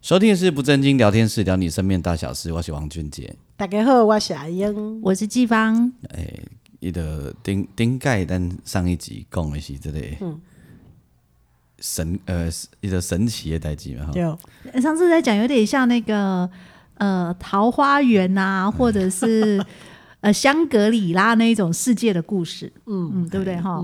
收听的是不正经聊天室，聊你身边大小事。我是王俊杰。哎大家好，我是阿英。哦我是季芳，伊的顶顶盖，咱上一集讲的是这个，神呃，伊个神奇的代志嘛。吼对，上次在讲有点像那个呃桃花源啊，或者是 呃香格里拉那一种世界的故事，嗯嗯，对不对哈？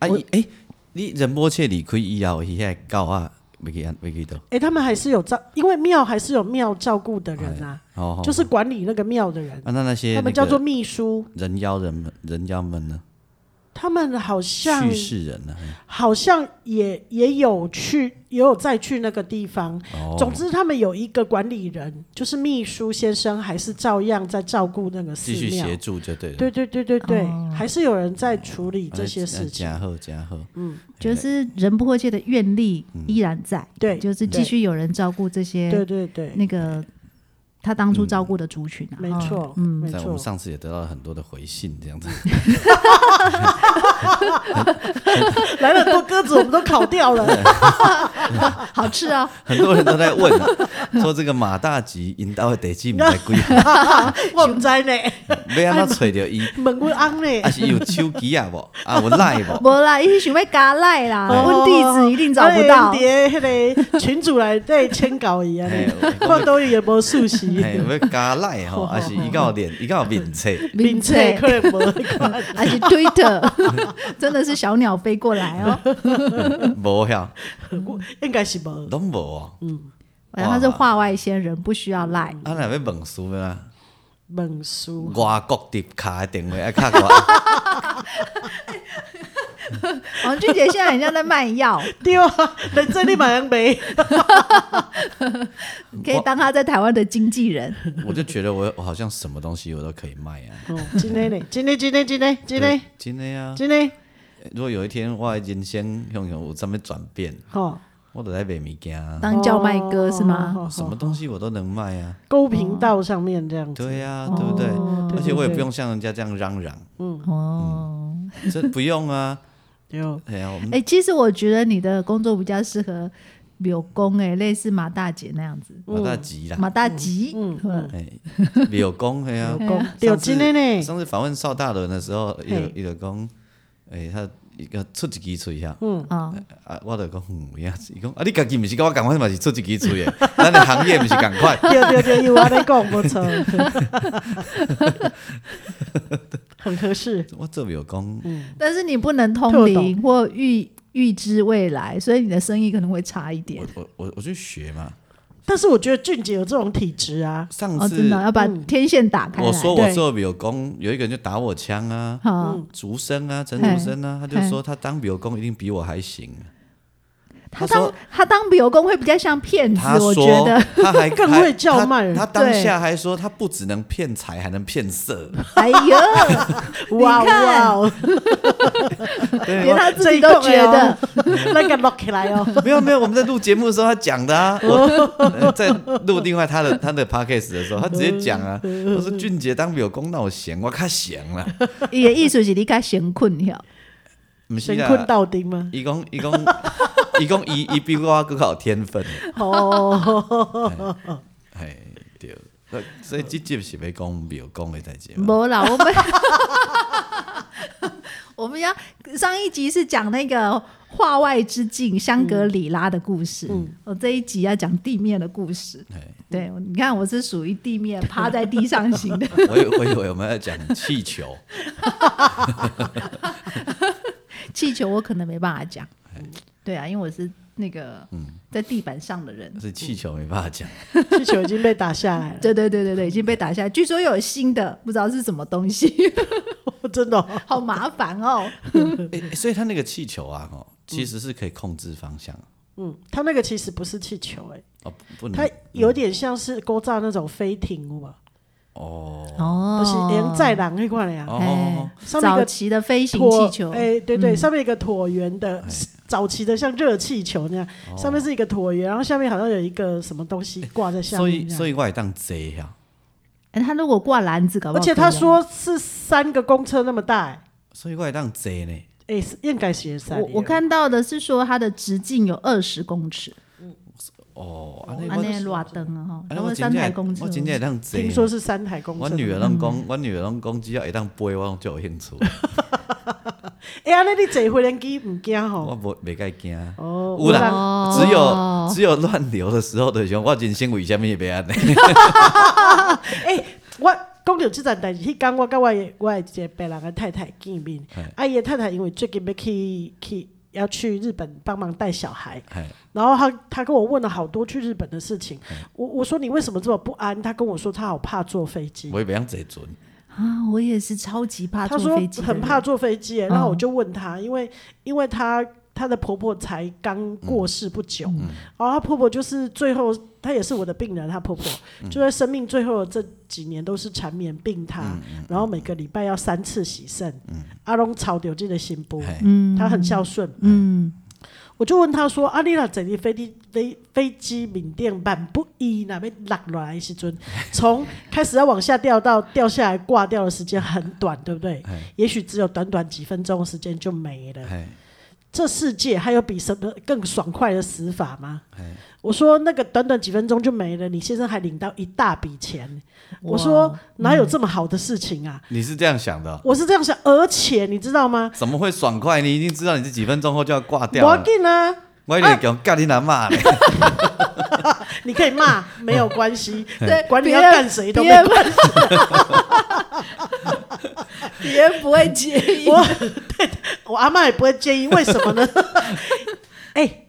啊，伊诶、你仁波切离开以后，伊遐狗啊，袂去安，袂去倒。哎、他们还是有照，因为庙还是有庙照顾的人啊，哦，就是管理那个庙的人，啊，那那些他那们叫做个秘书。人妖人们，人妖们呢？他们好像叙事人啊呢？好像也也有去，也有再去那个地方。哦总之，他们有一个管理人，就是秘书先生，还是照样在照顾那个寺继续庙。协哦助就对了。对对对对对，还是有人在处理这哎些事情。加啊贺加贺，就是仁波切的愿力依然在，对就是继续有人照顾这对些对对，嗯那个他当初照顾的族群啊，没哈错，没嗯在我错们。上次也得到了很多的回信，这样子。来了很多鸽子，我们都烤掉 了。 好吃 啊，很多人都在问、啊 说这个马大吉引导的地址 唔知贵，我唔知呢，要安怎找 着伊？问阮翁啊呢，是有手机啊无？啊有赖无？不啦，一想要加赖啦，哦问地址一定找不 哎到。伫迄个群主内底签稿伊啊，嘿看到伊 有无熟悉，嘿，要加赖 吼，啊是伊有脸，伊有面册，名册哎可能无看。 而且 Twitter 真的是小鸟飞过来 哦，无晓，我应该是 无。拢无哦。反正他是话外仙人，不需要赖。啊若要问事要啊，文书外国的卡的电话要 卡我，王哦俊杰现在很像在卖 药，对啊，人这你买人没？可以当他在台湾的经纪人。我就觉得我我好像什么东西我都可以卖啊。哦真的呢，真的真的真的真的对真的啊！真的，如果有一天我的人生向有什么转变，吼，我都来卖物件啊，当叫卖哥是吗？哦什么？东西我都能卖啊。购物频道上面这样子，对呀、对不对？对而且我也对嗯不用像人家这样嚷嚷，哦，这不用啊。对哦，哎呀，我们哎，其实我觉得你的工作比较适合柳工，哎，类似马大姐那样子，马大吉啦，马大吉。嗯哎， 柳工哎 呀，讲对，哦真的呢，上次访问邵大伦的时候，伊就嘿，伊就讲，哎，他一个出一支嘴呀，啊，啊，我就讲嗯有影，伊讲啊，你家己毋是跟我共款嘛是出一支嘴的， 咱的行业毋是共款 对对对，有安尼讲无错，很合适。我做柳工，但是你不能通灵或预预知未来，所以你的生意可能会差一点我。我我我去学嘛。但是我觉得俊杰有这种体质啊，上哦，真次的要把天线打开来。我说对我做柳工，有一个人就打我枪啊，好，竹生啊，陈竹生啊，他就说他当表工一定比我 还行。他他说当他当比油工会比较像骗子，他我觉说得。 他还 更还会叫卖人他他当对下还说他不只能骗财，还能 骗色。哎呦，哇哇看哦，对连我他自己都觉得。那个 lock 起来哦，没有没有，我们在录节目的时候他讲 的啊，我呃在录另外他的他的 podcast 的时候，他直接讲啊，我说俊杰当表工那我闲，我卡闲了，伊的意思是你该先困了，不是啊神啦困，到底吗？一共 一共一共一一比我更好天分，哦，哎对，所以所以这集是要讲表工的代志嘛，无啦，我们我们要上一集是讲那个画外之境香嗯格里拉的故事，我这一集要讲地面的故事。哎对，你看我是属于地面趴在地上型的， 我以我以为我们要讲气球，气球我可能没办法讲。哎对啊，因为我是那个在地板上的人。嗯但是气球没办法讲。气球已经被打下来了，对对对对对，已经被打下来。据说有新的，不知道是什么东西，真的哦好麻烦哦。欸欸所以它那个气球啊，哦，其实是可以控制方向。嗯，它那个其实不是气球、欸，哦，不不它能有点像是勾造那种飞艇有无？哦哦，就是连载人那块的呀哦，哎哦，上面一早个期的飞行椭气球，哎、对对，上面一个椭圆的，哎早期的像热气球那样，哦上面是一个椭圆，然后下面好像有一个什么东西挂在下哎所面以这样。所以我也当啊贼呀，哎，他如果挂篮子，搞不而好且可以他哦说是三个公车那么大、欸，所以我也当贼呢。哎、是应该是三。我我看到的是说它的直径有二十公尺，嗯哦，哦安尼啊，我那乱灯啊哈，安然尼后我三真台正公会尺我，真正会当贼。听说是三台公车。我女儿拢讲，我女儿拢讲，只要会当飞，我拢就有兴趣。哎呀，那你坐回人机唔惊我吼？无袂该惊，哦，有啦人只哦有只有乱流的时候的时候，我人生为虾米也袂安尼？哎、我讲到这件代志，迄天我甲我的我的一个别人的太太见面哎，啊，伊的太太因为最近要去去要去日本帮忙带小孩，哎然后他他跟我问了好多去日本的事情，嗯我我说你为什么这么不安？他跟我说他好怕坐飞机，我也袂当坐船。啊，我也是超级怕他坐说飞机的很人，怕坐飞机耶、然后我嗯就问他，因为因为他她的婆婆才刚过世不久，嗯然后她婆婆就是最后她也是我的病人，她婆婆、嗯就在生命最后的这几年都是缠绵病榻，嗯然后每个礼拜要三次洗肾，阿龙吵丢这个心波，哎嗯她很孝顺，嗯，我就问他说：“啊，你若坐你飞机飞飞机缅甸版不一，那边落下来的时阵，从开始要往下掉到掉下来挂掉的时间很短，对不对？也许只有短短几分钟的时间就没了。哎这世界还有比什么更爽快的死法吗？”哎，我说：“那个短短几分钟就没了，你先生还领到一大笔钱。”我哇说：“哪有这么好的事情啊？”你是这样想的哦？我是这样想，而且你知道吗？怎么会爽快？你一定知道你是几分钟后就要挂掉我了。给呢。我一啊定讲干你难骂嘞，你可以 骂，没有关系，对管你别要人干谁都没别人关系。 别人不会介意我对我阿妈也不会介意，为什么 呢？哎、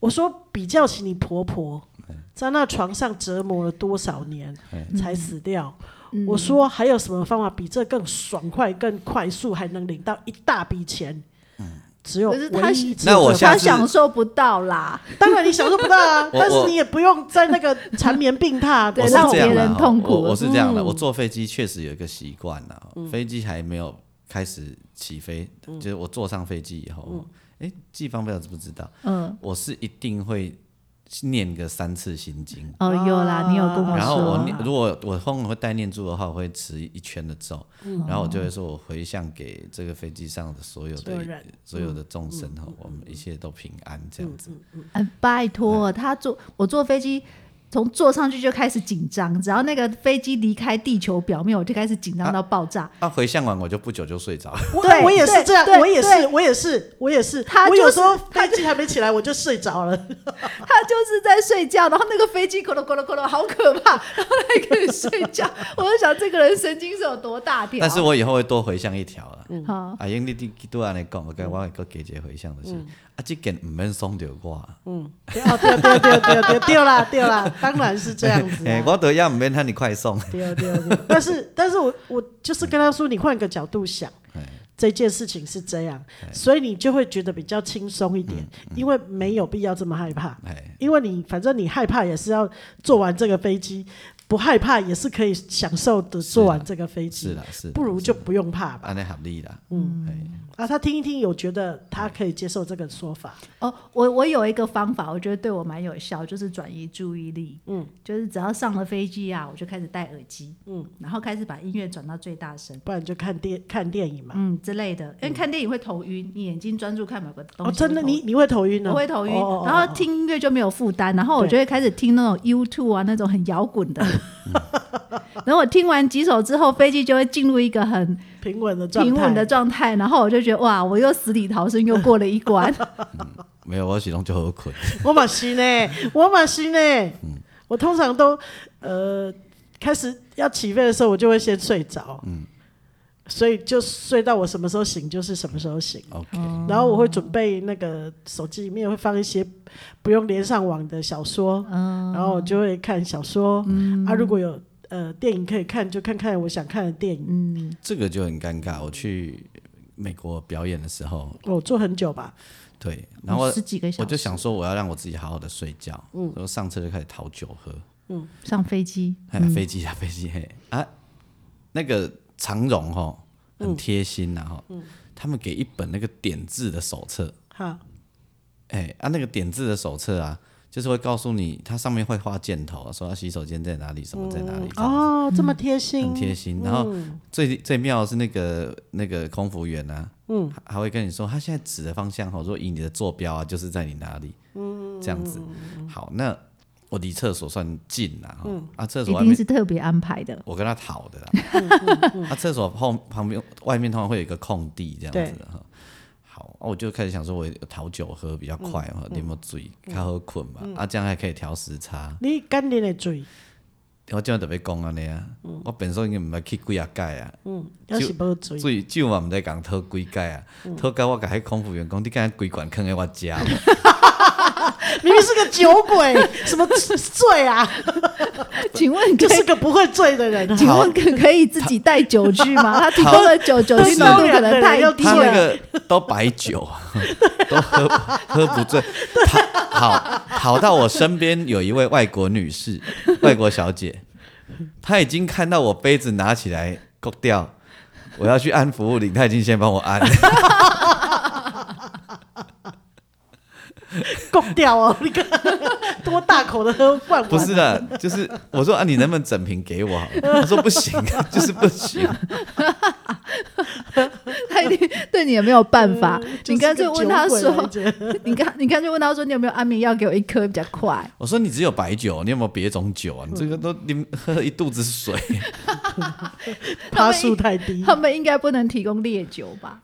我说比较起你婆婆在那床上折磨了多少年哎才死掉，嗯我说还有什么方法比这更爽快、更快速，还能领到一大笔钱？只有可是唯他一只嗯那有我这下他次享受不到啦，当然你享受不到啊， 我但是我你也不用在那个缠绵病榻，对 我是让这别样别的人哈痛苦嗯我我是这样的，嗯我坐飞机确实有一个习惯呐，飞机还没有开始起飞，就是我坐上飞机以后，哎，季芳不知道知不知道，嗯，我是一定会念个三次心经。哦，有啦，你有跟我然后我念说，如果我通常会带念珠的话，我会持一圈的咒，嗯然后我就会说，我回向给这个飞机上的所有所有的人所嗯有的众生哈，我们一切都平安这样子。哎，拜托，他坐我坐飞机。从坐上去就开始紧张，只要那个飞机离开地球表面，我就开始紧张到爆炸。那啊回向完我就不久就睡着了。我哎对我也是对这样，对我也是，对我也是，我也是。他我就有是时候飞机还没起来，我就睡着了。他就是在睡觉，然后那个飞机咕噜咕噜咕噜，好可怕，然后他还可以睡觉，我就想这个人神经是有多大条。但哦是我以后会多回向一条啦。嗯好，啊，因为你你对安尼讲，我跟我会搁加一个回向就是，嗯啊，这件毋免爽着我，啊对 哦，对对对对对对啦，对啦，当然是这样子、 啊。诶，哎我得要毋免遐尼快送。 对对对，但是但是我我就是跟他说，你换个角度想。哎这件事情是这样，所以你就会觉得比较轻松一点，因为没有必要这么害怕。嗯哎，因为你反正你害怕也是要坐完这个飞机，不害怕也是可以享受的坐完这个飞是机，啦是啦，不如就不用怕吧。安尼合理啦。嗯，啊，他听一听有觉得他可以接受这个说法，哦，我我有一个方法，我觉得对我蛮有效，就是转移注意力。嗯，就是只要上了飞机啊，我就开始戴耳机，嗯，然后开始把音乐转到最大声，不然就看电看电影嘛。嗯之类的，因为看电影会头晕，你眼睛专注看某个东哦，西，真的，你你会头晕呢、我会头晕，哦哦哦然后听音乐就没有负担，然后我就会开始听那种 YouTube 啊那种很摇滚的。嗯 然后我听完几首之后，飞机就会进入一个很平稳的状态，平稳的状态，然后我 就觉得哇，我又死里逃生，又过了一关。没有，我是拢就好困。我马是呢， 我马是呢。我通常都呃开始要起飞的时候，我就会先睡着。所以就睡到我什么时候醒就是什么时候醒。 OK，然后我会准备那个手机里面会放一些不用连上网的小说，然后我就会看小说。啊，如果有呃电影可以看，就看看我想看的电影。这个就很尴尬。我去美国表演的时候，哦，做很久吧，对，然后十几个小时，我就想说我要让我自己好好的睡觉，嗯然后上车就开始讨酒喝，上飞机，哎，飞机啊，飞机嘿啊，那个长荣哈很贴心呐哈，他们给一本那个点字的手册，哈，哎啊那个点字的手册啊，就是会告诉你，它上面会画箭头，说啊洗手间在哪里，什么在哪里，这样哦，这么贴心，很贴心。然后最最妙的是那个那个空服员啊，嗯，还会跟你说他现在指的方向哈，如果以你的坐标啊，就是在你哪里，嗯，这样子。好，那我离厕所算近啦，哈，啊厕一所外面定是特别安 排的。我跟他讨的啦。他厕所后旁边外面通常会有一个空地这样子的哈。好，啊我就开始想说，我讨酒喝比较快哈，你有没有醉，较好困嘛，啊，这样还可以调时差。你干你的嘴，我今晚特别讲安尼啊，我本身已经毋捌去几啊届啊，要是无嘴，醉酒嘛毋知共讨几届啊，讨到我甲迄空服员讲，你敢规罐囥喺我家，明明是个酒鬼， 什么醉 啊？请问可就以，是个不会醉的人啊。请问可可以自己带酒去吗？他提供的酒酒精浓度可能太要低 他那了。个都白酒， 都喝喝不醉，讨好好到我身边有一位外国女士，外国小姐，她已经看到我杯子拿起来勾掉，我要去按服务铃，她已经先帮我按， 拱掉哦，你看多大口的喝灌完，不是的，就是我说啊，你能不能整瓶给我好了？她说不行， 就是不行，他一定对你也没有办法。嗯就你是干个脆酒鬼问他来说，着， 你干你干脆问他说，你有没有安眠药给我一颗比较快？我说你只有白酒，你有没有别种酒啊？你这个都你喝了一肚子水，趴数太低， 他们应该不能提供烈酒吧？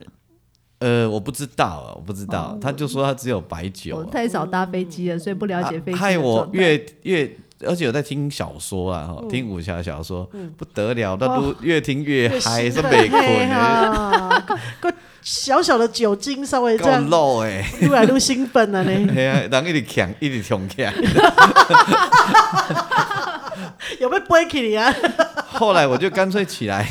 呃，我不知道啊，我不知道，她就说她只有白酒我啊。哦太少搭飞机了，所以不了啊解飞机的状态。嗯害我越越，而且有在听小说啊，哈，听武侠小说，不得了，那都越听越嗨，是没困的，哈，哎个小小的酒精稍微这够样漏哎，越来越兴奋了 呢。嘿啊，人一直强，一直强强。有没有 breaking 啊？ 后来我就干脆起来，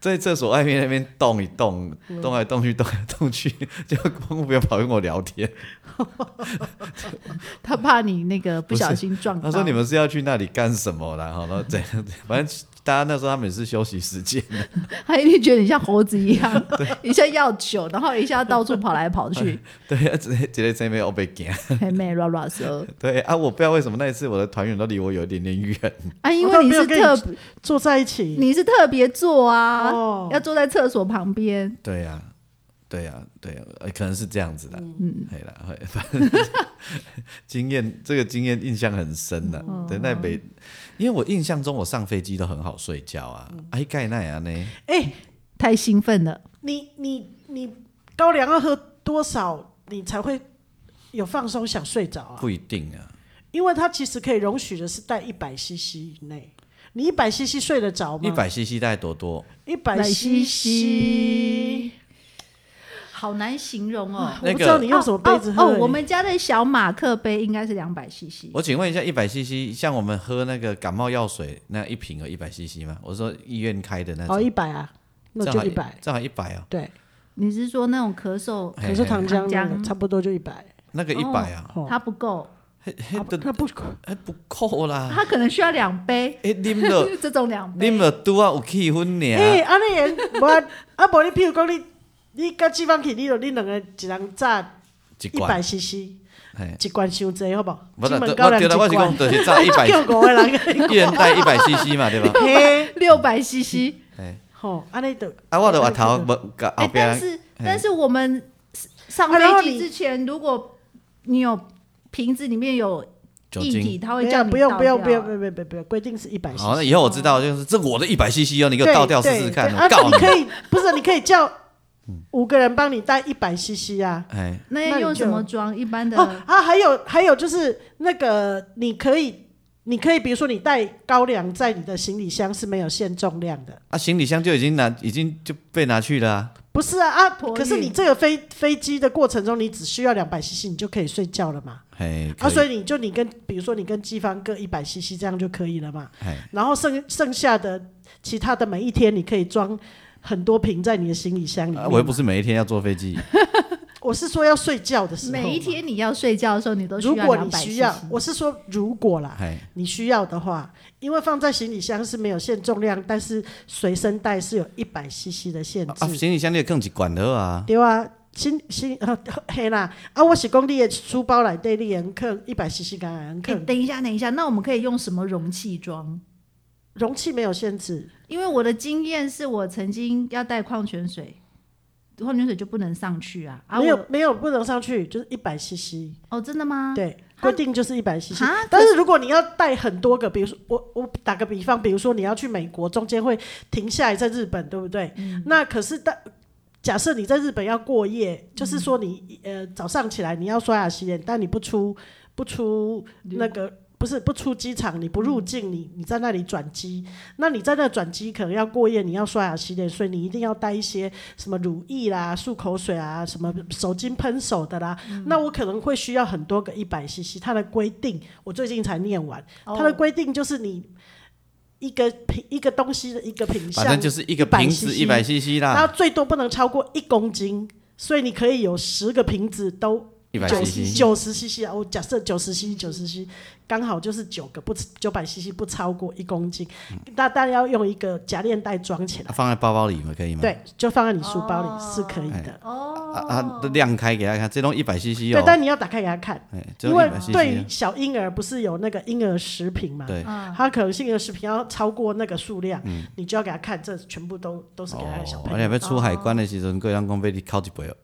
在厕所外面那边动一动，嗯动来动去，动来动去， 就空不要跑跟我聊天。他怕你那个不小心撞到。他说你们是要去那里干什么啦？好了，怎样？反正大家那时候他们也是休息时间，他一定觉得你像猴子一 样，一下要酒，然后一下到处跑来跑去，对啊，直接直接在那边我被干。嘿妹拉拉舌。对啊，我不知道为什么那一次我的团员都离我有一点点远。啊，因我都为你没有是跟你特坐在一起，你是特别坐啊，哦要坐在厕所旁边。对呀、对呀、对呀、呃可能是这样子的，嗯，对啦，会，反 正经验这个经验印象很深的。哦对，那北，因为我印象中我上飞机都很好睡觉嗯啊，哎盖奈啊呢，哎，太兴奋了，你你你高粱要喝多少你才会有放松想睡着啊？不一定啊，因为它其实可以容许的是带一百 CC 以内。你一百 CC 睡得着吗？一百 CC 大概多多，一百 100cc CC，好难形容哦。我那不知道个哎你用什么杯子喝、哦欸哦？我们家的小马克杯应该是两百 CC，我请问一下，一百 CC 像我们喝那个感冒药水那一瓶有一百 CC 吗？我说医院开的那哦一种，百啊，那正就好一百，，正好一百哦，对，你是说那种咳嗽嘿可是糖浆那糖浆个差不多就一百。那个一百啊，哦，它不够，嘿嘿啊不都那不哎不够啦，啊它可能需要两杯，哎啉了。这种两你杯。们拄啊有气氛哎，尔，安尼也无啊，无你譬如讲你你甲志芳去，你就你两个一人榨一一百罐， CC，哎，一罐伤济好不好？不金是，对门我高粱对了，我一是讲罐，就是炸一 百，叫五个人。一人带一百 CC 嘛，对吧？嘿，六百 CC，哎，吼，安尼就啊，我的外头啊不甲后哎，但边，是但是我们上然后飞你机之前，如果你有瓶子里面有酒液体，精。哦它没会有叫你哎不用倒不用掉不用不用不用不用，规定是一百 CC。好，那以后我知道，就是这我的一百 CC 哦，你给我对倒掉试试看，对我对啊，告你你。可以不是，你可以叫五个人帮你带一百 CC 啊。哎，那那要你用什就么装？一般的哦啊，还有还有就是那个，你可以你可以比如说你带高粱在你的行李箱是没有限重量的，啊，行李箱就已经拿，已经就被拿去了啊。不是啊啊，托运可是你这个飞飞机的过程中，你只需要两百 CC 你就可以睡觉了嘛。哎，啊，所以，以你就你跟比如说你跟机方各一百 CC 这样就可以了嘛。哎，然后剩剩下的其他的每一天，你可以装很多瓶在你的行李箱里面啊嘛。我又不是每一天要坐飞机，我是说要睡觉的时候嘛，每一天你要睡觉的时候，你都需如要果两你百需要，我是说如果啦，哎，你需要的话，因为放在行李箱是没有限重量，但是随身带是有一百 CC 的限啊，制，行李箱你更是管的啊，对啊，新新啊 嘿啦，啊，我是讲你的书包内底你能坑一百 CC 敢能哎坑，等一下，等一下，那我们可以用什么容器装？容器没有限制，因为我的经验是我曾经要带矿泉水，矿泉水就不能上去啊。啊，没有我没有不能上去，就是一百 CC，哦，真的吗？对，啊规定就是一百 CC。啊，但是如果你要带很多个，比如说我我打个比方，比如说你要去美国，中间会停下来在日本，对不对？那可是但假设你在日本要过夜，就是说你呃早上起来你要刷牙洗脸，但你不出不出那个。不是不出机场，你不入境，你你在那里转机，那你在那转机可能要过夜，你要刷牙洗脸，所以你一定要带一些什么乳液啦、漱口水啊、什么手巾喷手的啦。那我可能会需要很多个一百 CC，它的规定我最近才念完，哦它的规定就是你一个瓶一个东西的一个品反相，正就是一啊个瓶子一百100 CC 然啦，后最多不能超过一公斤，所以你可以有十个瓶子都一百九十 CC，九十 CC 啊，我假设九十 CC 九十 CC 刚好就是九个不九百 CC 不超过一公斤，嗯那大家要用一个夹链袋装起来，啊放在包包里嘛，可以吗？对，就放在你书包里是可以的。哦，啊啊，都亮开给他看，这种一百 CC 对哦，，但你要打开给他看，哎这因种一为百 CC，对哦于小婴儿不是有那个婴儿食品嘛，对，嗯嗯他可能婴儿食品要超过那个数量，你就要给他看，这全部都都是给他的小哦，朋而友。且要出海关的时阵，各人讲被你扣一杯哦，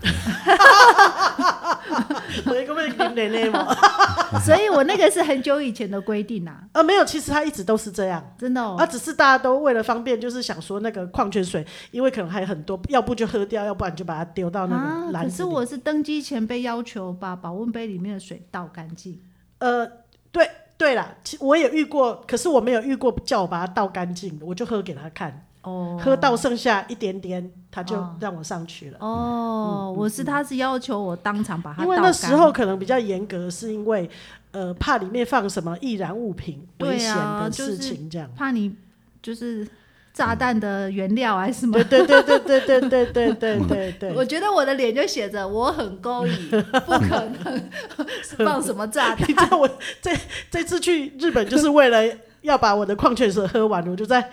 我一个问题，奶奶吗？啊所以我那个是很久以前的规定啊， 呃，没有，其实他一直都是这样。真的哦。啊，只是大家都为了方便，就是想说那个矿泉水，因为可能还有很多，要不就喝掉，要不然就把它丢到哦那啊个，篮可子是里。我是登机前被要求把保温杯里面的水倒干净。呃，对对啦，其我也遇过，可是我没有遇过叫我把它倒干净的，我就喝给他看，哦，喝到剩下一点点，他就哦让我上去了。哦，我是他是要求我当场把嗯它因倒为干，那时候可能比较严格，是因为呃怕里面放什么易燃物品、危对险啊的就是事情这样。怕你就是炸弹的原料还是什么对。对对对对对对对对对对。 我觉得我的脸就写着我很勾引，不可能 放什么炸弹 你。知道我这这次去日本就是为了要把我的矿泉水喝完，我就在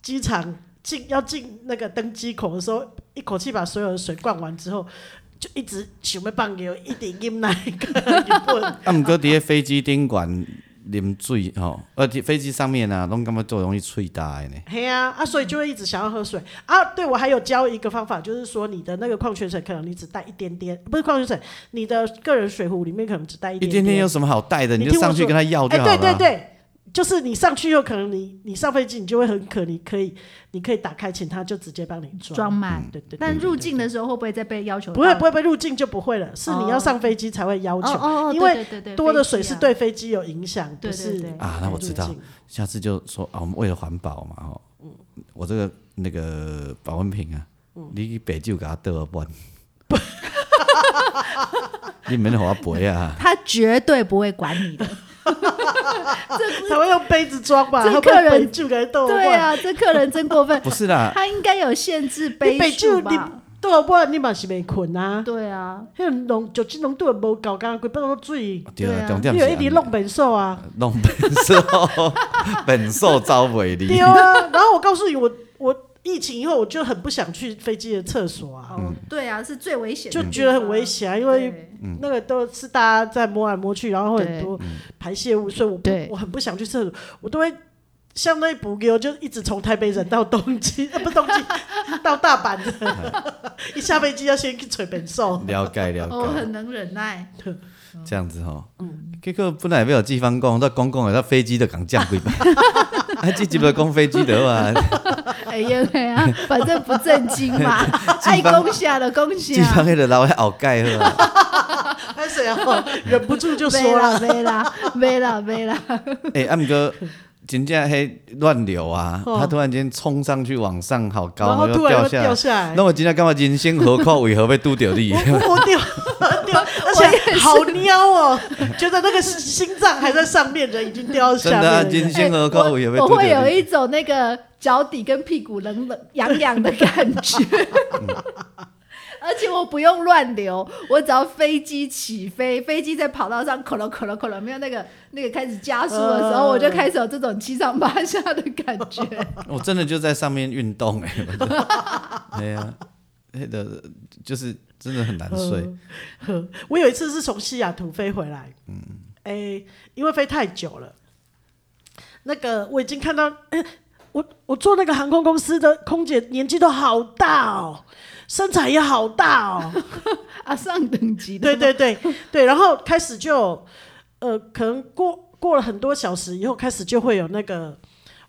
机场进要进那个登机口的时候，一口气把所有的水灌完之后，就一直想要放牛，一点饮奶个日本。啊，毋过伫咧飞机顶管啉水吼，呃，伫飞机上面啊，拢感觉最容易喙大的呢。嘿啊，啊，所以就会一直想要喝水啊。对，我还有教一个方法，就是说你的那个矿泉水可能你只带一点点，不是矿泉水，你的个人水壶里面可能只带一一点天天有什么好带的？你你听就我上去说跟他要哎，就好了。啊对对对，就是你上去又可能你你上飞机你就会很渴，你可以你可以打开，请他就直接帮你装。装满。对对对但入境的时候会不会再被要求？不会不会被入境就不会了，是你要上飞机才会要哦求。哦哦，因为对对对多的水是。飞机啊对飞机有影响，对不对是对啊那我知道入境下次就说啊，我们为了环保嘛，吼，我这个那个保温瓶啊，嗯你去白酒给他倒半， 你免互我赔啊。他绝对不会管 你的。才会用杯子装吧，这他客人杯酒来豆对罐，啊，这客人真过分 不，是啦，他应该有限制你杯杯数酒你吧？豆罐你嘛是没困啊，对啊，迄浓酒精浓度也无够，刚刚规杯水，对对啊啊，重点你是有安一尼直弄本寿啊。弄本寿，本寿招袂对离。啊，然后我告诉你，我我疫情以后我就很不想去飞机的厕所啊，嗯哦，对啊，是最危险的就地方，觉得很危险啊，因为对。那个都是大家在摸来摸去，然后很多排泄物，所以我不对我很不想去厕所，我都会。像那补给，我就一直从台北忍到东京， 呃，不东京 到大 阪的，一下飞机要先去捶本寿。了解了我哦解，哦很能忍耐，这样子吼。嗯结果本来要有地方讲，到公共的，到飞机都讲降几 摆。啊，这集要讲飞机的嘛，啊哎呀哎 呀，反正不正经嘛，爱啊攻下的攻地下方，迄个老外后盖 好啊。开哎始啊，忍不住就没说了，啦没啦没啦没啦，哎诶，啊，毋过真正黑乱流啊，哦它突然间冲上去往上好高，然后突又然掉又下掉下来那我今天干嘛？人生何况为何被丢掉 你？我我掉掉，而且好喵哦，觉得那个心心脏还在上面，人已经掉到真下的、啊，面了。人生何哎我况为何被我丢会有掉你？一种那个脚底跟屁股冷冷痒痒的感觉，而且我不用乱流，我只要飞机起飞，飞机在跑道上可了可了可了，没有那个那个开始加速的时嗯候，我就开始有这种七上八下的感觉。我真的就在上面运动哎、我真的对呀、啊，那个就是真的很难嗯睡。呵我有一次是从西雅图飞回来，嗯，哎、因为飞太久了，那个我已经看到，哎我我坐那个航空公司的空姐年纪都好大哦，身材也好大哦，啊，上等级的对对对对，然后开始就有呃，可能过过了很多小时以后，开始就会有那个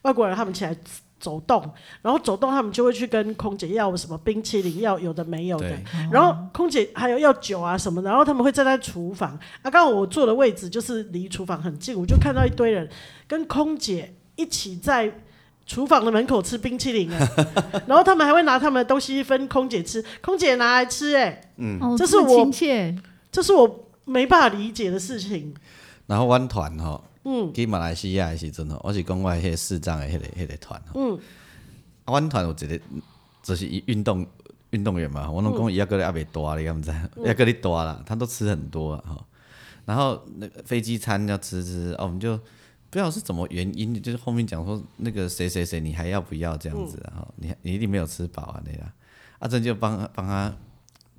外国人他们起来走动，然后走动他们就会去跟空姐要什么冰淇淋，要有的没有的对，然后空姐还有要酒啊什么的，然后他们会站在厨房啊，刚好我坐的位置就是离厨房很近，我就看到一堆人跟空姐一起在。厨房的门口吃冰淇淋、哎 然后他们还会拿他们的东西分空姐吃，空姐拿来吃、哎，哦，这这是么我亲切，这是我没办法理解的事情。 然后阮团吼，嗯，去马来西亚的时阵吼，我是讲我迄个视障的迄、个迄、个团吼，嗯，啊，阮团有一个就是伊运动运动员嘛，我拢讲伊抑个咧还袂大咧，你敢不知？抑个咧大啦，他都吃很多啊吼、然后那个飞机餐要吃吃，哦，我们就不知道是怎么原因，就是后面讲说那个谁谁谁你还要不要这样子啊？吼你还你一定没有吃饱啊，那啦，阿珍就帮帮他。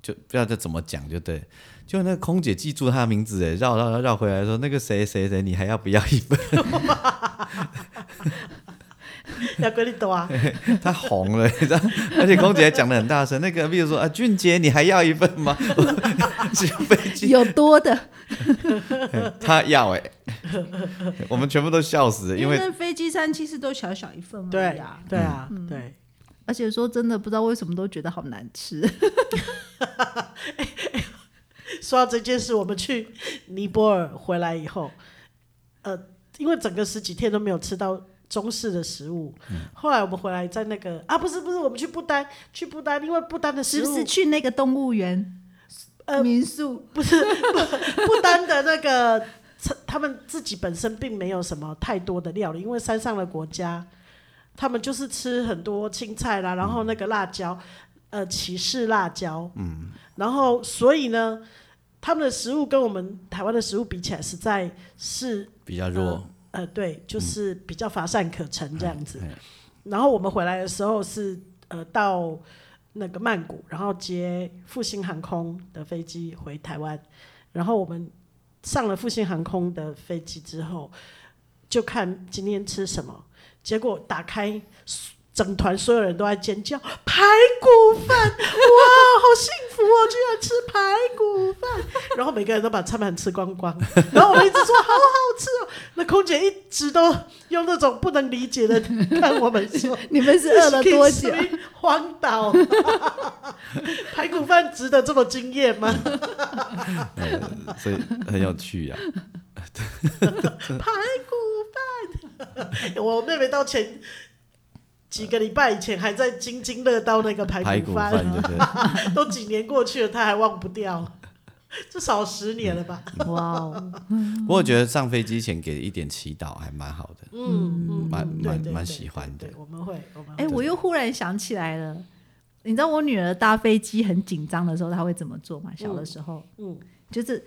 就不知道这怎么讲，就对了。就那个空姐记住他的名字，哎，绕绕绕绕回来说，那个谁谁谁，你还要不要一份？要跟你懂啊，他红了， 你知道？而且空姐还讲的很大声。那个，比如说啊，俊杰，你还要一份吗？ 是飞机，有多的，他要哎、我们全部都笑死 欸了，因因为那飞机餐其实都小小一份而已对啊。对啊，对。而且说真的，不知道为什么都觉得好难吃。说到这件事，我们去尼泊尔回来以后，呃，因为整个十几天都没有吃到中式的食物，后来我们回来在那个啊，不是不是，我们去不丹，去不丹，因为不丹的食是物不是去那个动物园、呃民宿？不丹的那个，他们自己本身并没有什么太多的料理，因为山上的国家，他们就是吃很多青菜啦，然后那个辣椒，呃，歧视辣椒，嗯，然后所以呢，他们的食物跟我们台湾的食物比起来，实在是比较弱，呃，对，就是比较乏善可陈这样子。嗯然后我们回来的时候是呃到那个曼谷，然后接复兴航空的飞机回台湾，然后我们上了复兴航空的飞机之后，就看今天吃什么，结果打开。整团所有人都在尖叫，排骨饭，哇，好幸福哦！居然吃排骨饭，然后每个人都把餐盘吃光光，然后我们一直说好好吃哦。那空姐一直都用那种不能理解的 看我们说， 你们是饿了多久？？荒岛， 排骨饭值得这么惊艳 吗？嗯呃所以很有趣啊。排骨饭，我妹妹到前几个礼拜以前还在津津乐道那个排排骨骨饭饭，啊就是都几年过去了，她还忘不掉，至少十年了吧？ 哇哦，不过我觉得上飞机前给一点祈祷还蛮好的，嗯，嗯蛮对蛮对蛮对喜欢的对，我们会，我们哎、会。我又忽然想起来了，你知道我女儿搭飞机很紧张的时候，她会怎么做吗？小的时候，嗯 就是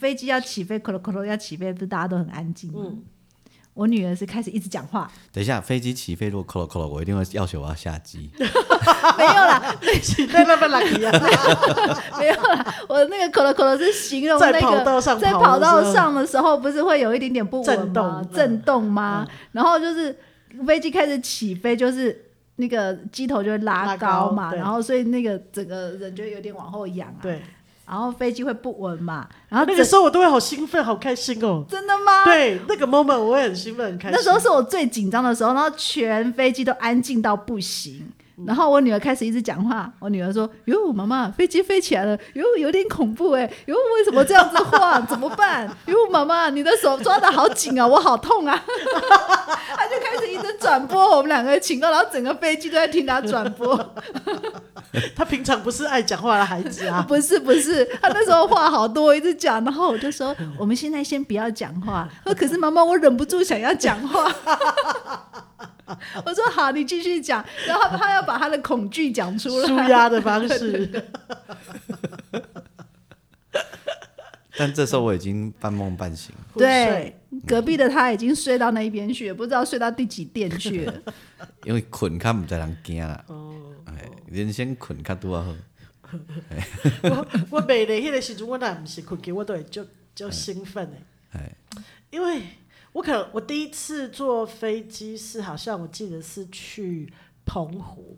飞机要起飞，咯咯咯咯要起飞，不是大家都很安静吗？嗯我女儿是开始一直 讲话，等一下飞机起飞，如果 colo colo，我一定会要求我要下机。没有啦，你在那边啊来一样，没有啦，我的那个咯咯咯咯是形容那在个跑道上在跑跑的时候道上的时候，不是会有一点点不稳吗？震动嗯震动吗？然后就是飞机开始起飞，就是那个机头就会拉拉高高嘛，对然后所以那个整个人就有点往后仰啊，对，然后飞机会不稳嘛，然后那个整时候我都会好兴奋，好开心哦。真的吗？。对，那个 moment 我也很兴奋，很开心。啊那时候是我最紧张的时候，然后全飞机都安静到不行。嗯然后我女儿开始一直讲话，我女儿说：“哟，妈妈，飞机飞起来了，哟，有点恐怖哎，哟，为什么这样子晃？怎么办？哟，妈妈，你的手抓的好紧啊，我好痛啊！” 她就一直转播我们两个情况，然后整个飞机都在听他转播。 他平常不是爱讲话的孩子啊，不是不是，他那时候话好多，我一直讲，然后我就说我们现在先不要讲话。他说可是妈妈，我忍不住想要讲话。 我说好，你继续讲。然后他要把他的恐惧讲 出舒来。压的方 式。但这时候我已经半梦半醒，对，隔壁的他已经睡到那一边去了，不知道睡到第几殿去了。因为困较唔知人惊啦。哦哎人先困较拄啊好。我 我每年迄个时阵，我那不是困觉，我都会就就兴奋哎、哎因为我可能我第一次坐飞机是好像我记得是去澎湖，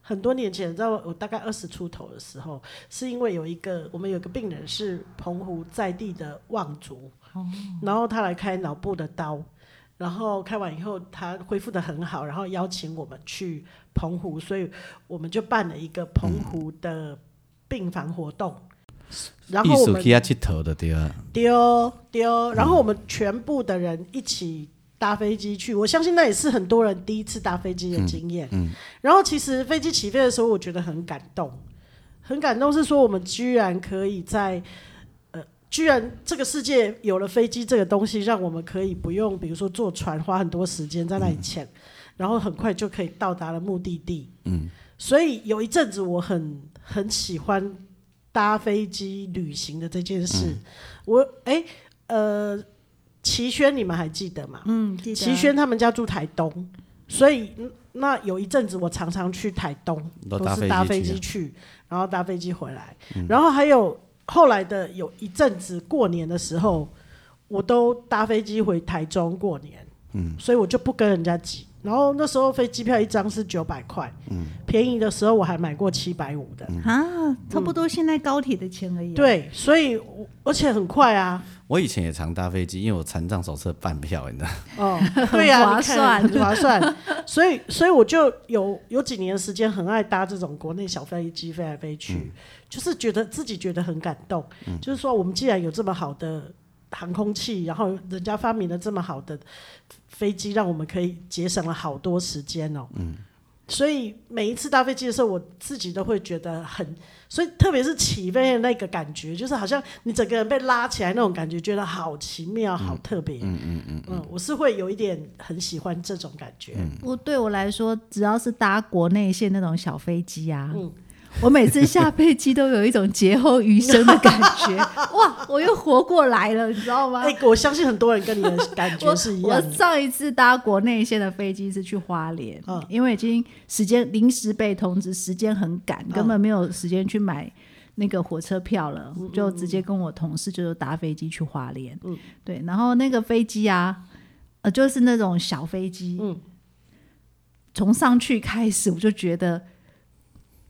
很多年前，在我我大概二十出头的时候，是因为有一个我们有个病人是澎湖在地的望族，哦然后他来开脑部的刀。然后开完以后，他恢复的很好，然后邀请我们去澎湖，所以我们就办了一个澎湖的病房活动。然艺后我术们去遐佚佗的对啊，丢丢，然后我们全部的人一起搭飞机去，我相信那也是很多人第一次搭飞机的经验。然后其实飞机起飞的时候，我觉得很感动，很感动是说我们居然可以在。呃，居然这个世界有了飞机这个东西，让我们可以不用，比如说坐船花很多时间在那里潜，然后很快就可以到达了目的地。嗯，所以有一阵子我很很喜欢搭飞机旅行的这件事。我哎、呃，齐轩你们还记得吗？嗯，记得齐轩他们家住台东，所以嗯那有一阵子我常常去台东，都都搭是搭飞飞机去嗯机去，然后搭飞机回来，然后还有后来的有一阵子过年的时候，我都搭飞机回台中过年，嗯，所以我就不跟人家挤。然后那时候飞机票一张是九百块，嗯，便宜的时候我还买过七百五的，啊，差不多现在高铁的钱而嗯已啊。对，所以我而且很快啊，我以前也常搭飞机，因为我残障手册半票，你知道吗。哦，对呀、划你看算很划算。所以，所以我就有有几年时间很爱搭这种国内小飞机飞来飞去，就是觉得自己觉得很感动。就是说，我们既然有这么好的航空器，然后人家发明了这么好的飞机，让我们可以节省了好多时间哦。嗯。所以每一次搭飞机的时候，我自己都会觉得很，所以特别是起飞的那个感觉，就是好像你整个人被拉起来那种感觉，觉得好奇妙，好特别。嗯，我是会有一点很喜欢这种感觉。嗯我对我来说，只要是搭国内线那种小飞机啊，嗯我每次下飞机都有一种劫后余生的感觉，哇，我又活过来了，你知道吗？哎、我相信很多人跟你的感觉是一样我的。上一次搭国内线的飞机是去花莲，嗯因为已经时间临时被通知，时间很赶，嗯根本没有时间去买那个火车票了，就直接跟我同事就是搭飞机去花莲。嗯对，然后那个飞机啊，呃，就是那种小飞机，嗯从上去开始我就觉得，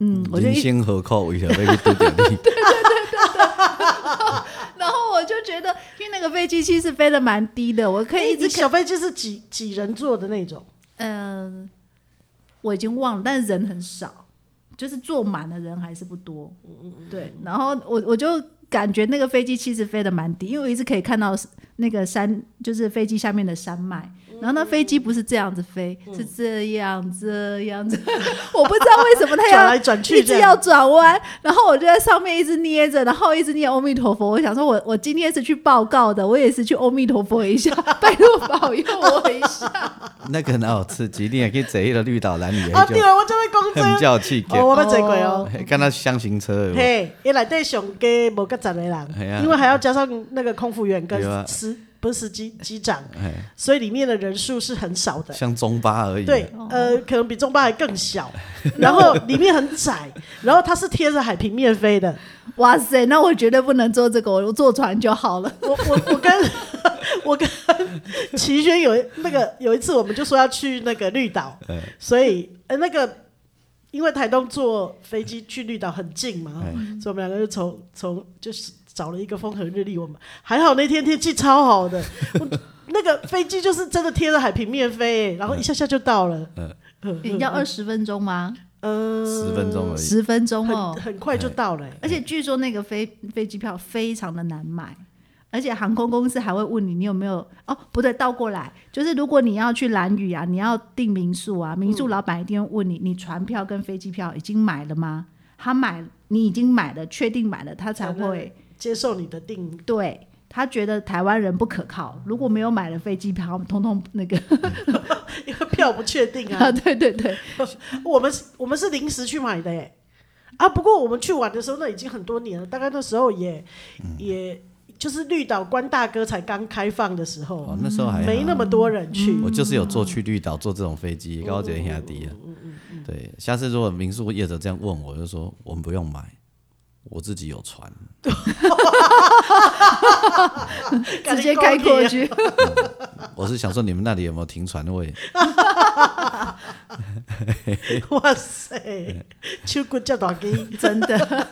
嗯，我就人一生何苦为了要去拄着你？ 然后我就觉得，因为那个飞机其实飞得蛮低的，我可以一哎直你小飞机是几几人坐的那种？嗯，我已经忘了，但是人很少，就是坐满的人还是不多。嗯对，然后我我就感觉那个飞机其实飞得蛮低，因为我一直可以看到那个山，就是飞机下面的山脉。嗯然后那飞机不是这样子飞，是这样这样子， 我不知道为什么它转要来转一去直这要样。转弯，然后我就在上面一直捏着，然后一直念阿弥陀佛。我想说我，我今天是去报告的，我也是去阿弥陀佛一下， 拜托保佑我一下。那个哪有刺激？你也可以坐迄个绿岛蓝屿，哦啊，那对种了，我就会讲这很个。叫气哦，球，我们这鬼哦。敢若箱型车的。嘿，伊内底上加无个十个哎人，呀因为还要加上那个空服员跟对啊司不是司机机长，哎，所以里面的人数是很少的。像中巴而已。啊对，哦呃，可能比中巴还更 小，然后里面很窄，然后它是贴着海平面飞的，哇塞，那我绝对不能坐这个，我坐船就好了。我我我跟我跟齐轩有一那个有一次，我们就说要去那个绿岛，嗯所以呃那个因为台东坐飞机去绿岛很近嘛，嗯所以我们两个就从从就是找了一个风和日丽，我们还好那天天气超好的，我那个飞机就是真的贴着海平面飞、欸然后一下下就到了， 你要二十分钟吗？嗯、十分钟而已。十分钟很哦。很快就到了、欸而且据说那个飞飞机票非常的难买，而且航空公司还会问你，你有没有哦？不对，倒过来，就是如果你要去兰屿啊，你要订民宿啊，民宿老板一定会问你，你船票跟飞机票已经买了吗？他买，你已经买了，确定买了，他才才会接受你的定 对他觉得台湾人不可靠，如果没有买了飞机票，统统那个因为票不确定啊啊，， 对对对， 我们是我们是临时去买的耶，啊，不过我们去玩的时候，那已经很多年了，大概那时候也、嗯也就是绿岛关大哥才刚开放的时候，嗯哦，那时候还好嗯没那么多人去。 我就是有坐去绿岛坐这种飞机，高姐压低嗯了。啊对，下次如果民宿业者这样问我，就说我们不用买，我自己有船。直接开过去。我是想说你们那里有没有停船位？ 哇塞，秋骨叫大鸡， 真的啊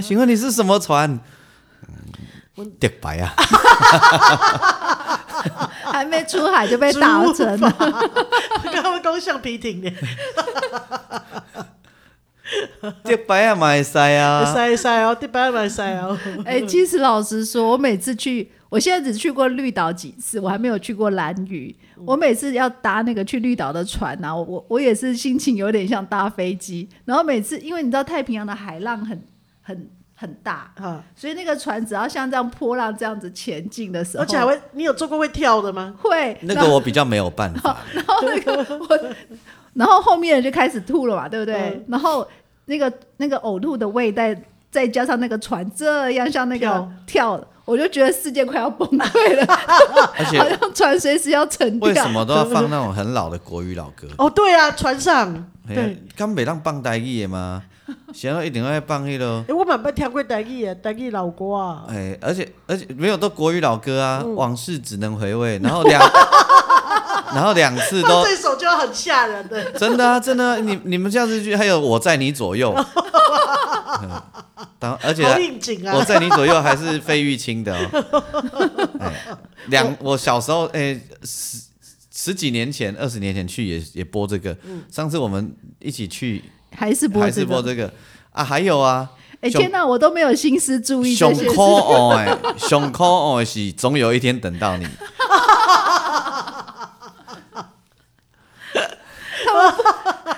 请问你是什么船？嗯，迪白啊， 还没出海就被打成了。跟他们讲橡皮艇呢，迪白啊，买塞 啊，塞塞哦，第八买塞 哦，哎、其实老实说，我每次去，我现在只去过绿岛几次，我还没有去过兰屿。嗯我每次要搭那个去绿岛的船啊，我我也是心情有点像搭飞机。然后每次，因为你知道太平洋的海浪很很很大，啊，所以那个船只要像这样波浪这样子前进的时候，而且还会，你有做过会跳的吗？会那然后个我比较没有 办法。然后那个我，然后后面人就开始吐了嘛，对不对？嗯然后那个那个呕吐的味道，再加上那个船这样像那个跳，我就觉得世界快要崩溃了，而且好像船随时要沉掉。为什么都要放那种很老的国语老歌？哦，对啊，船上，嘿对，啊哎、，敢袂当放台语的吗？想要一定要放迄咯。我蛮不听过台语的，台语老歌啊，哎，而且而且没有都国语老歌啊，嗯往事只能回味。然后两， 然后两次放都这首就很吓人的。真的啊，真的啊、你你们下次去还有我在你左右，嗯当而且好应景我啊！在你左右还是费玉清的、哦。哎两我小时候哎十十几年前二十年前去也也播这个，上次我们一起去还是脖还子是的？播这个啊，还有啊。哎、胸天哪，我都没有心思注意这胸些 口事。哦，哎，胸口哦是总有一天等到你。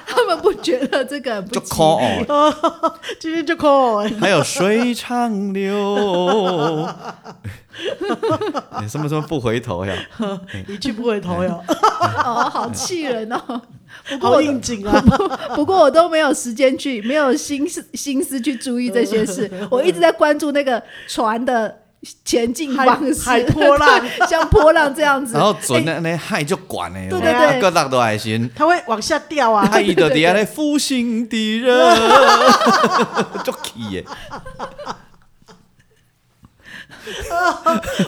他们不觉得这个很不就哦吉利 call on，今天就 call 哎还有水长流， 哎什么什么不回头呀？一去不回头哟，哎哦，好气人哦！不过好我应景啊！不过我都没有时间去，没有心思心思去注意这些事，我一直在关注那个船的前进方式，海海波浪对 像波浪这样子。然后准哎那那海就管哎，对对对各大都海鲜，它会往下掉 啊！他伊就底下咧负心敌人， 就气耶！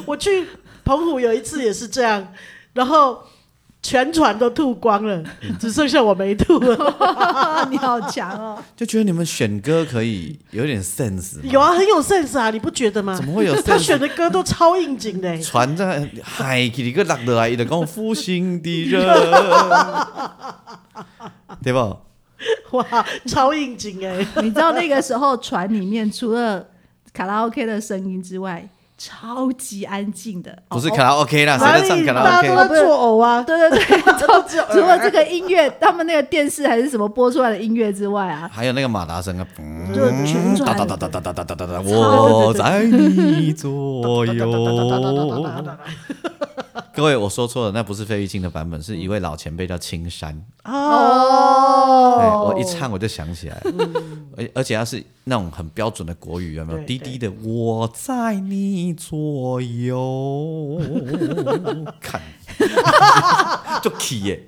我去澎湖有一次也是这样，然后全船都吐光了，嗯只剩下我没吐了。 哎你好强哦！就觉得你们选歌可以有点 sense 吗有啊，很有 sense 啊，你不觉得吗怎？么会有他选 sense？的歌都超应景 的、欸，船在海给你个落落来，伊就讲负心敌 人，对不？哇，超应景哎、你知道那个时候船里面除了卡拉 OK 的声音之外，超级安静的，不是哦卡拉 OK 啊啦，谁哪在里唱卡拉大 OK？家都在作呕 啊！对对 对，都只有除 了这个音乐，他们那个电视还是什么播出来的音乐之外啊，还有那个马达声啊，嗯就旋转哒哒哒哒哒哒哒哒哒哒，我在你左右。各位，我说错了，那不是费玉清的版本，是一位老前辈叫青山。哦，嗯哎，我一唱我就想起来了，而而且他是那种很标准的国语，有没有？对低低的，我在你左右，看， 就 key 耶，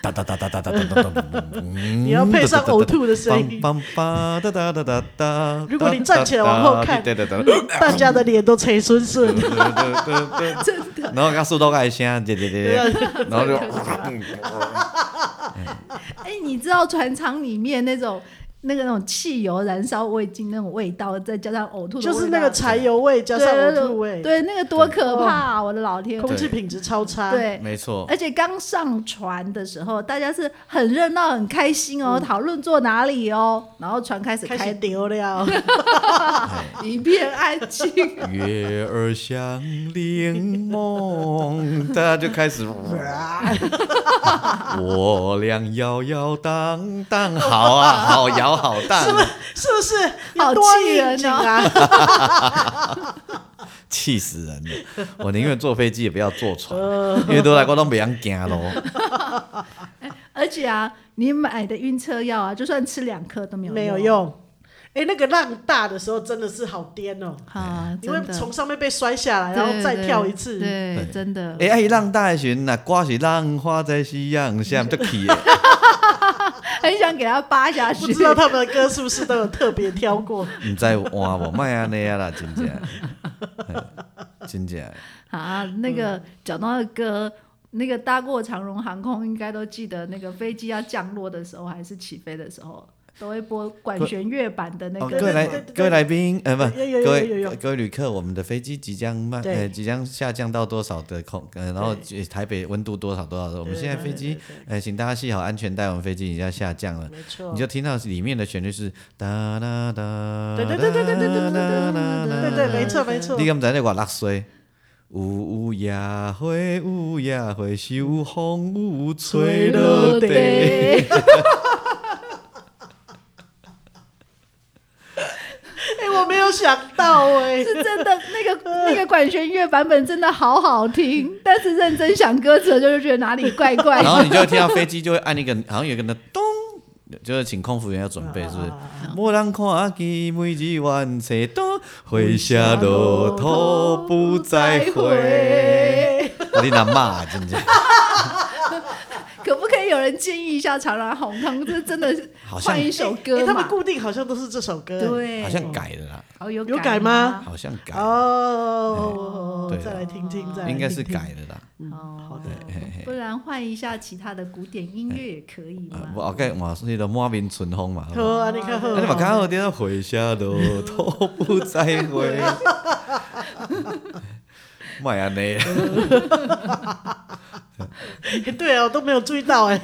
哒哒哒哒哒哒哒哒哒，你 你要配上呕吐的声 音梆梆哒哒哒哒哒。如果你站起来往后看对对对， 大家的脸都垂顺顺。真的。然后他速度爱声，对对对，啊然后就哎、你知道船厂里面那种那个那种汽油燃烧味精那种味道，再加上呕吐的味道， 就是那个柴油味加上对呕吐味，哦对，那个多可怕啊！我的老天，空气品质超差。对，没哦错，而且刚上船的时候，大家是很热闹、很开心哦，讨论坐哪里哦，然后船开始嗯开开，始丢了， 一片安静。 月儿像柠檬，大家就开始，我俩摇摇荡荡，好啊，好摇好荡，啊是不是？好有多气人哦应景啊！气死人了！我宁愿坐飞机也不要坐船，因为都来我都不想行咯。而且啊，你买的晕车药啊，就算吃两颗都没有没有用。哎、那个浪大的时候真的是好颠哦、啊，因为真的从上面被摔下来，对然后再跳一对次，对，真的。哎、欸，浪大的时阵，那刮是浪花在夕阳下就起的，很想给他扒下不去。知道他们的歌是不是都有特别挑过？唔知换无，莫安尼啊啦，真正，嘿真正。 啊，那嗯个讲到歌，那个搭过长荣航空应该都记得，那个飞机要降落的时候还是起飞的时候，都会播管弦乐版的那哦，个。各位来对对对各位来宾，呃，不，有有有各有有位各位旅客，我们的飞机即将慢，对呃，即将下降到多少的空，呃，然后呃台北温度多少多少，我们现在飞机，呃，请大家系好安全带，我们飞机已经要下降了。没错你，就听到里面的旋律是哒哒哒，对对对对对对对对对对对，没错没错你。敢知你偌落水？有夜花，有夜花，秋风有吹落地。哎、我没有想到哎、是真的，那个那个管弦乐版本真的好好听，但是认真想歌词，就是觉得哪里怪怪然的。后你就会听到飞机就会按一个，好像有一个那咚，就是请空服员要准备，是不是？无人看见每日万车多，回下路途不再回。啊你那骂真正，可不可以有人建议一下长荣航空？这真的是好像换一首哎歌他们嘛？固定好像都是这首歌、哎对，好像改了啦，好有有改改吗？好像改，哦，对啊再来听听，再来应该是听听改了啦。哦，好的不然换一下其他的古典音乐也可以啊嘛。我后盖换那个满面春风嘛。好不好好啊，你看好啊，你嘛刚好听到回下路途不再回。莫安尼， 对啊，我都没有注意到哎、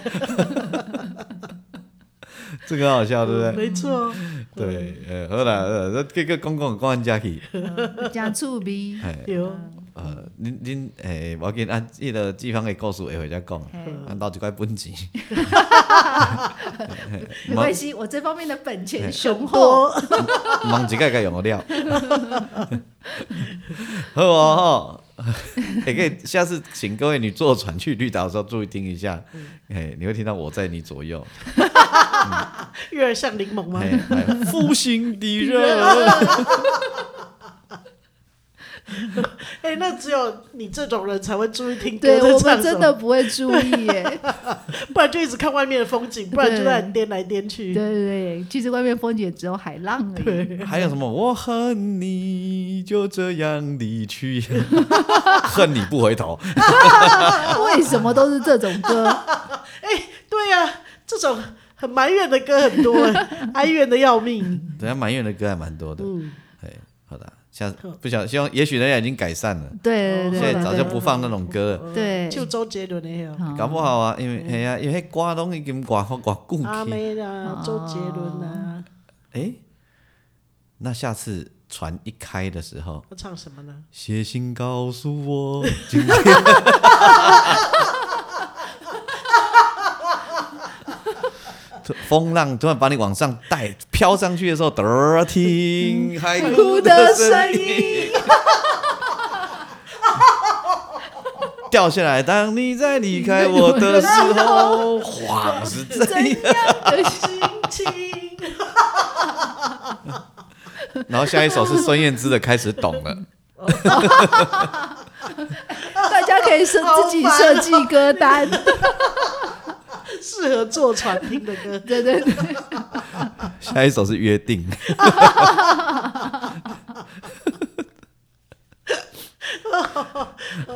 这个很好笑，对不对？没错，对，呃，好啦，呃，咱结果讲讲讲咱遮去，加醋逼，嘿，有哦呃，恁恁诶，无要紧，按迄个志芳的故事会回再讲，嘿咱留一块本钱， 没关系，我这方面的本钱雄厚。多 忙一个个用得了。 好 哦，吼，也可以下次请各位你坐船去绿岛的时候注意听一下，嘿，你会听到我在你左右，月儿像柠檬吗？嘿，来负心敌人，哎、那只有你这种人才会注意听歌对在我唱们什真么，的不会注意耶，不然就一直看外面的风景，不然就在那里颠来颠对去。对对，其实外面风景也只有海浪而已。对，还有什么？我恨你，就这样离去， 恨你不回头。为什么都是这种 歌？对呀、啊，这种很埋怨的歌很多、 哎哀怨的要命。人家埋怨的歌还蛮多的。嗯，哎，好的，下不想希望，也许人家已经改善了，对对现对在对早就不放那种歌了。对，就周杰伦的那个。搞不好啊，因为嘿啊，因为那歌拢已经挂好挂固阿去。妹啊，周杰伦啊，哦哎，那下次船一开的时候，他唱什么呢？写信告诉我今天。 突风浪突然把你往上带，飘上去的时候，嘚儿听海哭哭的的声声音。音，掉下来，当你在离开我的时候，晃是这样。的心亲，然后下一首是孙燕姿的《开始懂了》，大家可以设 好烦哦自己设计歌单，适合坐船听的 歌。对对对，下一首是《约定》。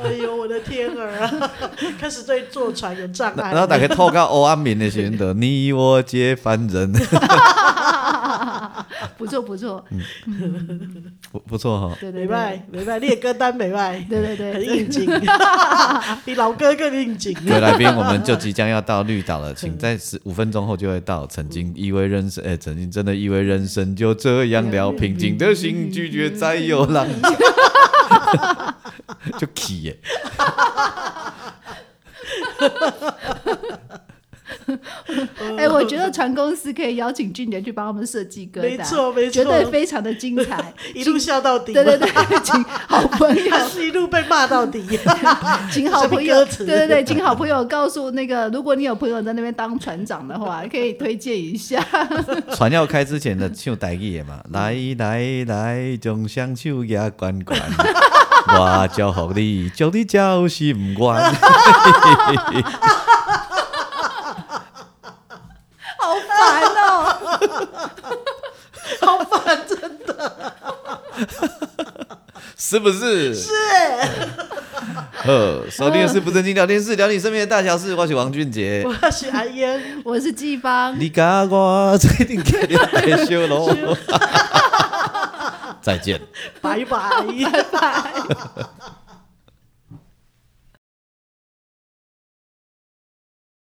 哎呦，我的天儿啊！ 开始对坐船有障碍。哦然后大家透到欧安民的时阵，就你我皆凡人。不错不错， 不不错哈、对对没对嗯拜没拜，你的歌单没拜， 对对很对，应景，比老歌更应景。各位来宾，我们就即将要到绿岛了，请在十五分钟后就会到。曾经以为人生，哎、曾经真的以为人生就这样了，平静的心拒绝再有浪潮， 就 key 耶、哎，我觉得船公司可以邀请俊杰去帮我们设计歌单，没错没绝错，，对非常的精彩 一路笑到底。对对对，请好 朋友他是一路被骂到 底。请好朋友，什么歌词对对对，请好朋友告诉那个，如果你有朋友在那边当船长的话，可以推荐一下。船要开之前的唱台语的嘛，来来来，将双手也关 关，我祝福你，祝你交心愿。好烦哦！ 是不是？是。呃，收听的是不正经聊天室，聊你身边的大小事。我是王俊 杰， 我是阿燕，我是季芳，你甲我最近肯定害羞 喽。再见。拜拜。拜拜。